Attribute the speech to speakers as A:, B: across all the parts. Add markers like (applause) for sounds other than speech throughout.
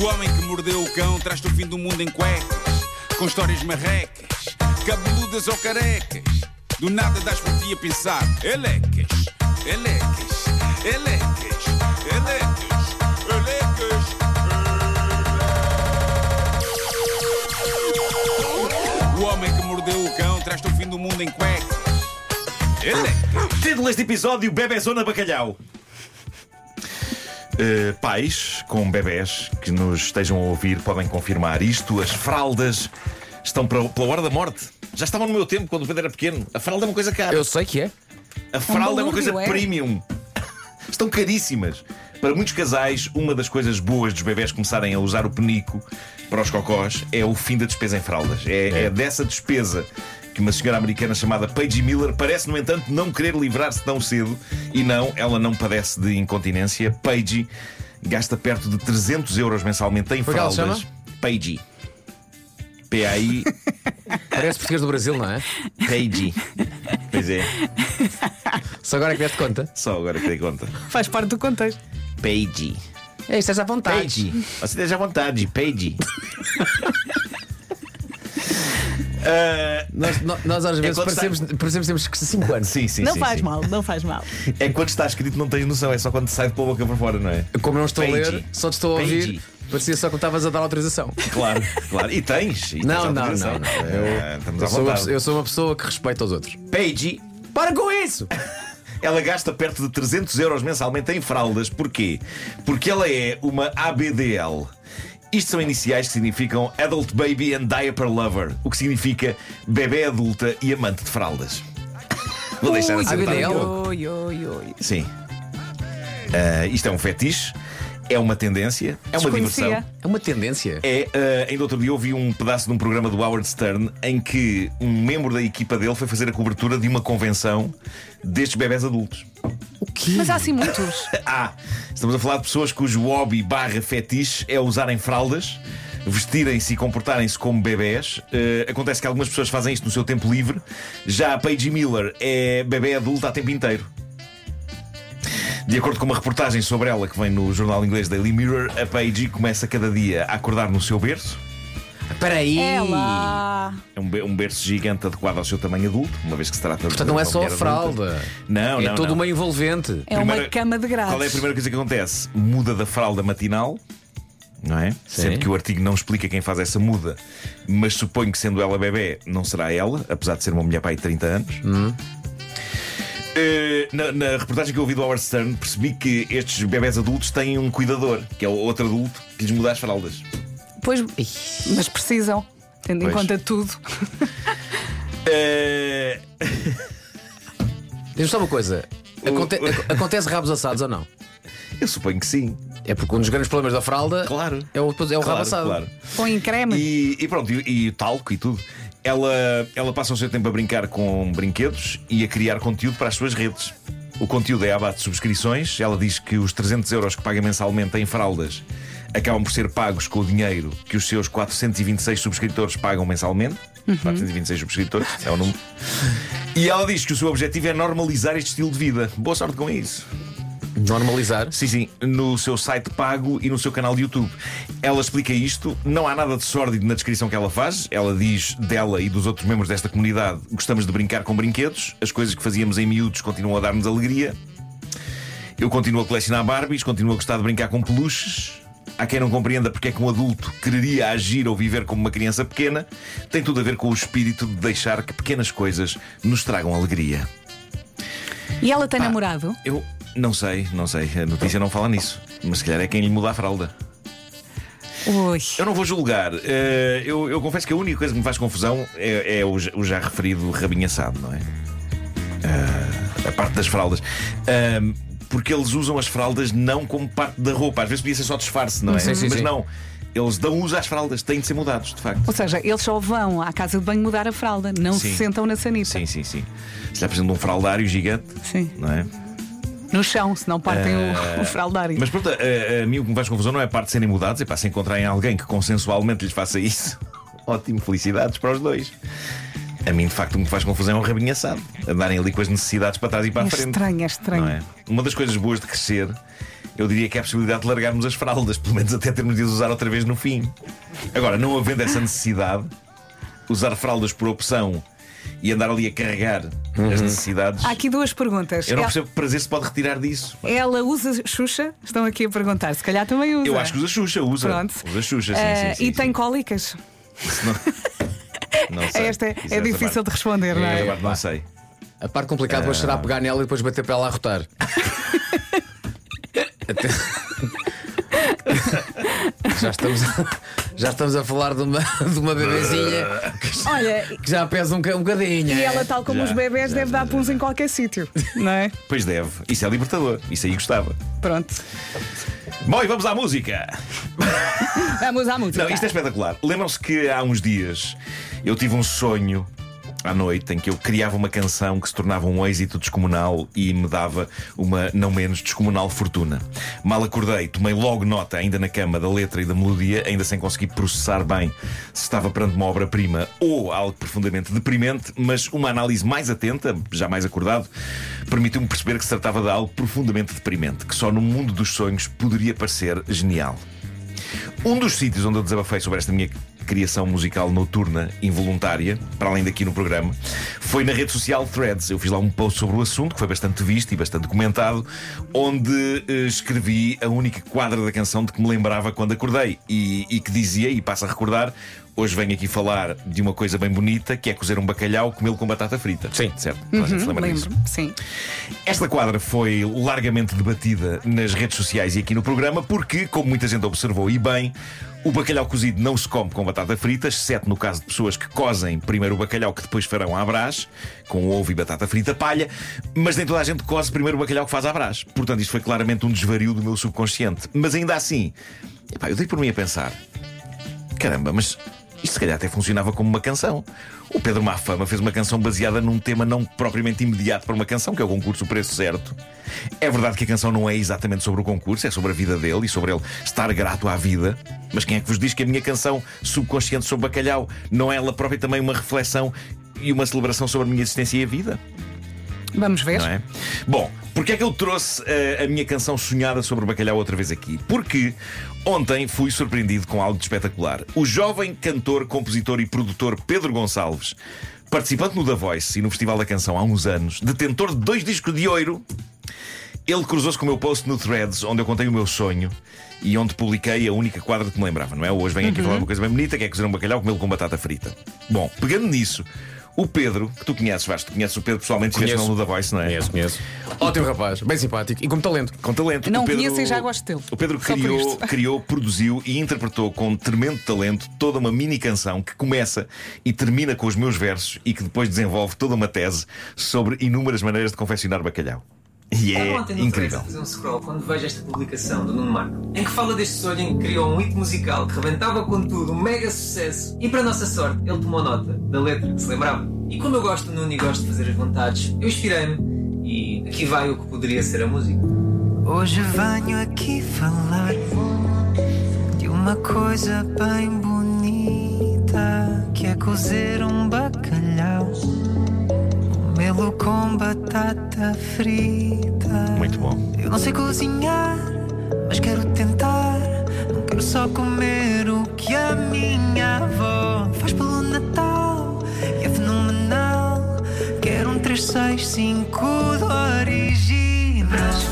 A: O homem que mordeu o cão traz-te o fim do mundo em cuecas, com histórias marrecas, cabeludas ou carecas. Do nada das por ti a pensar, elecas, elecas, elecas, elecas, elecas. O homem que mordeu o cão traz-te o fim do mundo em cuecas. Elecas.
B: Título deste episódio: Bebezona Bacalhau. Eh, pais com bebés que nos estejam a ouvir podem confirmar isto. As fraldas estão para- pela hora da morte. Já estavam no meu tempo, quando o Pedro era pequeno. A fralda é uma coisa cara.
C: Eu sei que é.
B: A fralda é uma coisa
D: balúrdio, é?
B: premium. (laughs) Estão caríssimas. Para muitos casais, uma das coisas boas dos bebés começarem a usar o penico para os cocós é o fim da despesa em fraldas. É, é dessa despesa que uma senhora americana chamada Paige Miller parece, no entanto, não querer livrar-se tão cedo. E não, ela não padece de incontinência. Paige gasta perto de 300 euros mensalmente em
C: que ela se
B: fraldas. Paige. P-A-I.
C: Parece português do Brasil, não é?
B: Paige. Pois é,
C: Só agora é que deste conta.
B: só agora que dei conta.
D: Faz parte do contexto.
B: Paige.
C: É, estás à vontade.
B: Pede. Você esteja à vontade, pede. Ah,
C: Nós, nó- nós às vezes
B: quando
C: parecemos, parecemos que temos 5 anos.
B: sim, sim,
D: Não
B: sim,
D: faz
B: sim.
D: mal, não
B: (laughs)
D: faz mal.
B: É quando está escrito, não tens noção, é só quando sai de pela boca para fora, não é?
C: Como não estou a ler,
B: Page.
C: só te estou a ouvir,
B: Page.
C: parecia só que me estavas a dar autorização.
B: Claro, claro. E tens. E tens
C: Não, não,
B: autorização.
C: não, não.
B: Ah, estamos à
C: Eu sou, uma,
B: vontade.
C: pessoa- eu sou uma pessoa que respeita os outros.
B: Paige,
C: Para com isso!
B: ela gasta perto de 300 euros mensalmente em fraldas. Porquê? Porque ela é uma ABDL. Isto são iniciais que significam Adult Baby and Diaper Lover, o que significa bebê adulta e amante de fraldas. Vou deixar assim. tá bem?
C: ABDL?
D: Oi, oi, oi.
B: Sim. Ah, isto é um fetiche, é uma tendência, é uma
D: Desconhecia.
B: diversão.
C: É uma tendência.
B: É, ah, ainda outro dia ouvi um pedaço de um programa do Howard Stern em que um membro da equipa dele foi fazer a cobertura de uma convenção destes bebés adultos.
C: O quê?
D: Mas há assim muitos.
B: Ah, estamos a falar de pessoas cujo hobby barra fetiche é usarem fraldas, vestirem-se e comportarem-se como bebés. Eh, acontece que algumas pessoas fazem isto no seu tempo livre. Já a Paige Miller é bebê adulta a tempo inteiro. De acordo com uma reportagem sobre ela que vem no jornal inglês Daily Mirror, a Paige começa cada dia a acordar no seu berço.
C: Espera aí!
D: Ela.
B: É um be- um berço gigante adequado ao seu tamanho adulto, uma vez que se trata de.
C: Portanto, não
B: uma
C: é só a
B: mulher adulta.
C: fralda.
B: Não,
C: é
B: não.
C: toda
B: não.
C: uma envolvente.
D: É uma
B: Primeira-
D: cama de graça.
B: Qual é a primeira coisa que acontece? Muda da fralda matinal, não é? Sendo que o artigo não explica quem faz essa muda, mas suponho que sendo ela bebê, não será ela, apesar de ser uma mulher pai de 30 anos. Eh, na, na reportagem que eu ouvi do Howard Stern, percebi que estes bebés adultos têm um cuidador, que é o outro adulto, que lhes muda as fraldas.
D: Pois, mas precisam, tendo em
B: Pois.
D: conta tudo.
B: (laughs) Eh,
C: Diz-me só uma coisa: Aconte- ac- acontece rabos assados ou não?
B: eu suponho que sim,
C: É porque um dos grandes problemas da fralda
B: Claro.
C: é o, é o rabo
B: claro,
D: um.
C: assado.
B: claro.
D: Põem creme.
B: E, e pronto, e, e talco e tudo. Ela, ela passa o seu tempo a brincar com brinquedos e a criar conteúdo para as suas redes. O conteúdo é a base de subscrições. Ela diz que os 300 euros que paga mensalmente em fraldas acabam por ser pagos com o dinheiro que os seus 426 subscritores pagam mensalmente. 426 subscritores, é o número. E ela diz que o seu objetivo é normalizar este estilo de vida. Boa sorte com isso.
C: Normalizar.
B: Sim, sim, no seu site pago e no seu canal de YouTube. Ela explica isto, não há nada de sórdido na descrição que ela faz. Ela diz dela e dos outros membros desta comunidade: gostamos de brincar com brinquedos, as coisas que fazíamos em miúdos continuam a dar-nos alegria. Eu continuo a colecionar Barbies, continuo a gostar de brincar com peluches. Há quem não compreenda porque é que um adulto quereria agir ou viver como uma criança pequena. Tem tudo a ver com o espírito de deixar que pequenas coisas nos tragam alegria.
D: E, ela tem namorado?
B: Eu não sei, não sei. A notícia não fala nisso. Mas se calhar é quem lhe muda a fralda.
D: Ui.
B: Eu não vou julgar. Eh, eu, eu confesso que a única coisa que me faz confusão é, é o, já- o já referido rabinho assado, não é? Eh, a parte das fraldas. Ahm, porque eles usam as fraldas não como parte da roupa. Às vezes podia ser só disfarce, não é?
C: Sim, sim,
B: Mas
C: sim.
B: não. Eles dão uso às fraldas, têm de ser mudados, de facto.
D: Ou seja, eles só vão à casa de banho mudar a fralda, não se
B: Sim.
D: sentam na sanita.
B: Sim, sim, sim. Se já precisam de um fraldário gigante,
D: Sim.
B: não é?
D: No chão, se não partem o, o fraldário.
B: Eh, Mas pronto, a, a mim o que me faz confusão não é a parte de serem mudados, é para se encontrarem alguém que consensualmente lhes faça isso. (laughs) Ótimo, felicidades para os dois. A mim, de facto, o que me faz confusão é um rabinho assado. Andarem ali com as necessidades para trás e para
D: É
B: a frente.
D: estranho, é estranho.
B: Não é? Uma das coisas boas de crescer eu diria que há a possibilidade de largarmos as fraldas, pelo menos até termos de as usar outra vez no fim. Agora, não havendo essa necessidade, usar fraldas por opção e andar ali a carregar as necessidades.
D: Há aqui duas perguntas.
B: Eu não
D: Ela-
B: percebo que prazer se pode retirar disso.
D: Ela usa Xuxa? Estão aqui a perguntar. Se calhar também usa.
B: Eu acho que usa Xuxa, usa.
D: Pronto.
B: Usa Xuxa, sim,
D: Eh,
B: sim, sim,
D: e
B: sim.
D: tem cólicas?
B: Isso Não... não sei.
D: Esta é,
B: Isso
D: é difícil
B: parte.
D: de responder, não
B: Essa
D: é?
B: parte não sei.
C: A parte complicada
B: É.
C: hoje será pegar nela e depois bater para ela a
B: (laughs)
C: rotar. Até- já, estamos a, já estamos a falar de uma, de uma bebezinha
D: Olha,
C: que já pesa um, ca- um bocadinho.
D: e
C: é?
D: ela, tal como
B: Já,
D: os bebés,
B: já,
D: deve
B: já,
D: dar puns em
B: (laughs)
D: qualquer sítio, não é?
B: Pois deve. Isso é libertador. Isso aí gostava.
D: Pronto.
B: Bom, e vamos à música.
D: Vamos à música.
B: Não, isto é espetacular. Lembram-se que há uns dias eu tive um sonho à noite em que eu criava uma canção que se tornava um êxito descomunal e me dava uma não menos descomunal fortuna. Mal acordei, tomei logo nota, ainda na cama, da letra e da melodia, ainda sem conseguir processar bem se estava perante uma obra-prima ou algo profundamente deprimente, mas uma análise mais atenta, já mais acordado, permitiu-me perceber que se tratava de algo profundamente deprimente, que só no mundo dos sonhos poderia parecer genial. Um dos sítios onde eu desabafei sobre esta minha criação musical noturna, involuntária, para além daqui no programa, foi na rede social Threads. Eu fiz lá um post sobre o assunto, que foi bastante visto e bastante comentado, onde eh, escrevi a única quadra da canção de que me lembrava quando acordei e, e que dizia, e passo a recordar, hoje venho aqui falar de uma coisa bem bonita, que é cozer um bacalhau, comê-lo com batata frita. Sim. Certo? Toda a gente se lembra disso.
D: Uhum, Lembro, sim.
B: Esta quadra foi largamente debatida nas redes sociais e aqui no programa, porque, como muita gente observou e bem, o bacalhau cozido não se come com batata frita, exceto no caso de pessoas que cozem primeiro o bacalhau que depois farão à brás, com ovo e batata frita palha, mas nem toda a gente coze primeiro o bacalhau que faz à brás. Portanto, isto foi claramente um desvario do meu subconsciente. Mas ainda assim, epá, eu dei por mim a pensar: Caramba, mas isto se calhar até funcionava como uma canção. O Pedro Mafama fez uma canção baseada num tema não propriamente imediato para uma canção, que é o concurso O Preço Certo. É verdade que a canção não é exatamente sobre o concurso, é sobre a vida dele e sobre ele estar grato à vida. Mas quem é que vos diz que a minha canção subconsciente sobre bacalhau não é ela própria também uma reflexão e uma celebração sobre a minha existência e a vida?
D: Vamos ver.
B: não é? Bom, porque é que eu trouxe eh, a minha canção sonhada sobre o bacalhau outra vez aqui? Porque ontem fui surpreendido com algo de espetacular. O jovem cantor, compositor e produtor Pedro Gonçalves, participante no Da Voice e no Festival da Canção há uns anos, detentor de dois discos de ouro. Ele cruzou-se com o meu post no Threads, onde eu contei o meu sonho e onde publiquei a única quadra que me lembrava, não é? Hoje venho aqui falar uma coisa bem bonita, que é cozer um bacalhau comê-lo com batata frita. Bom, pegando nisso, o Pedro, que tu conheces, Vasco, tu conheces o Pedro pessoalmente, estiveste
C: Conheço.
B: no Da Voice, não é?
C: Conheço, conheço. Ótimo rapaz, bem simpático e com talento.
B: Com talento.
D: Não
B: o Pedro,
D: conheço e já gosto dele.
B: O Pedro
D: Só por
B: criou,
D: isto.
B: criou, produziu e interpretou com tremendo talento toda uma mini canção que começa e termina com os meus versos e que depois desenvolve toda uma tese sobre inúmeras maneiras de confeccionar bacalhau. E é
E: ontem no Threads
B: incrível.
E: a fazer um scroll quando vejo esta publicação do Nuno Marco, em que fala deste sonho em que criou um hit musical que rebentava com tudo, um mega sucesso, e para a nossa sorte ele tomou nota da letra que se lembrava. E como eu gosto do Nuno e gosto de fazer as vontades, eu inspirei-me e aqui vai o que poderia ser a música.
F: Hoje venho aqui falar de uma coisa bem bonita que é cozer um bacalhau, comê-lo com batata frita.
B: Muito bom.
F: Eu não sei cozinhar, mas quero tentar. Não quero só comer o que a minha avó faz pelo Natal. E é fenomenal. Quero um 365 do original.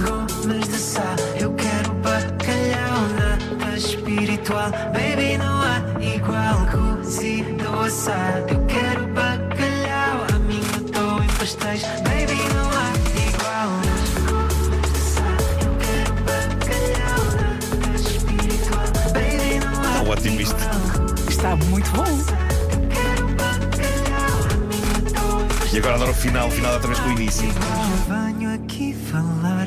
F: Gomes de sal, eu quero bacalhau. Nada espiritual, baby, não há igual. Cozido ou assado, eu quero bacalhau. A minha estou em pastéis, baby, não há igual.
B: Está ótimo isto.
D: Está muito bom.
B: E agora adoro o final, o final outra vez com o início.
F: Venho aqui falar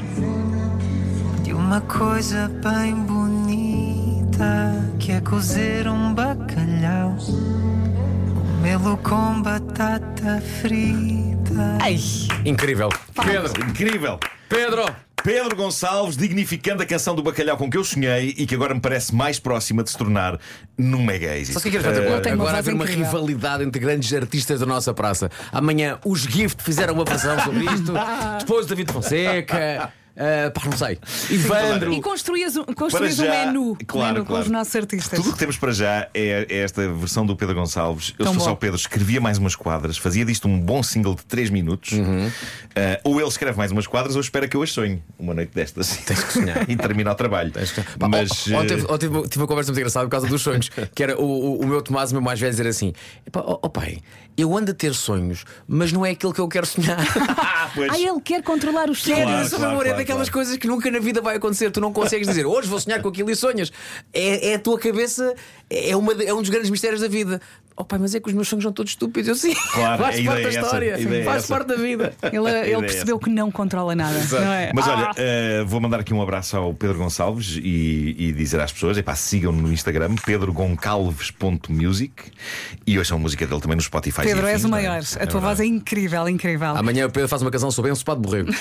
F: de uma coisa bem bonita que é cozer um bacalhau, comê-lo com batata frita.
D: Ai,
C: Incrível. Pedro,
B: Incrível.
C: Pedro!
B: Pedro Gonçalves dignificando a canção do bacalhau com que eu sonhei e que agora me parece mais próxima de se tornar num mega êxito.
C: Sabe o que é que era espetacular?
D: Ele tem uma
C: Agora
D: voz
C: haver uma
D: incrível.
C: rivalidade entre grandes artistas da nossa
D: (laughs)
C: praça. Amanhã os Gift fizeram uma versão sobre isto. Depois David Fonseca. Ah, pá, não sei. Evandro.
D: E construías um, construías um
B: já-
D: menu,
B: claro,
D: menu com
B: claro.
D: os nossos artistas.
B: Eh, Tudo o que temos para já é, é esta versão do Pedro Gonçalves. Eu, se
D: Tão
B: fosse
D: bom.
B: ao Pedro, escrevia mais umas quadras, fazia disto um bom single de 3 minutos. Ah, ou ele escreve mais umas quadras, ou espera que eu as sonhe uma noite destas. Tens que sonhar. (laughs) e termina o trabalho.
C: Pá,
B: Mas.
C: ó- ó,
B: eh,
C: tive, ó, tive- tive oh, uma conversa muito engraçada por causa dos sonhos. Que era o, o- o meu Tomás, o meu mais velho, dizer assim: "Epá, ó ó pai, eu ando a ter sonhos, mas não é aquilo que eu quero
D: (laughs)
C: sonhar.
B: ah, pois.
D: Ah, ele quer controlar
B: (laughs)
D: os
C: Quero,
B: Claro,
C: é, só
B: claro,
C: memória
B: claro,
C: daquelas
B: claro.
C: coisas que nunca na vida vai acontecer. Tu não consegues dizer hoje vou sonhar com aquilo e sonhas. É, é a tua cabeça, é, uma de- é um dos grandes mistérios da vida. Oh pai, mas é que os meus sonhos são todos estúpidos. Eu sim,
B: Claro, a
C: (laughs) faz
B: ideia
C: parte da
B: é essa,
C: história,
B: a ideia é
C: faz
B: essa.
C: parte da vida.
B: A
D: Ele, ele
B: ideia é
D: percebeu que não controla nada. Não é?
B: Mas olha,
D: Ah,
B: eh, vou mandar aqui um abraço ao Pedro Gonçalves e, e dizer às pessoas: epá, sigam-no no Instagram, pedrogoncalves.music e ouçam a música dele também no Spotify. e
D: Pedro,
B: afins,
D: és o
B: não é?
D: maior.
B: É
D: A tua
B: verdade.
D: voz é incrível, incrível.
C: Amanhã o Pedro faz uma canção sobre ensopado de borrego.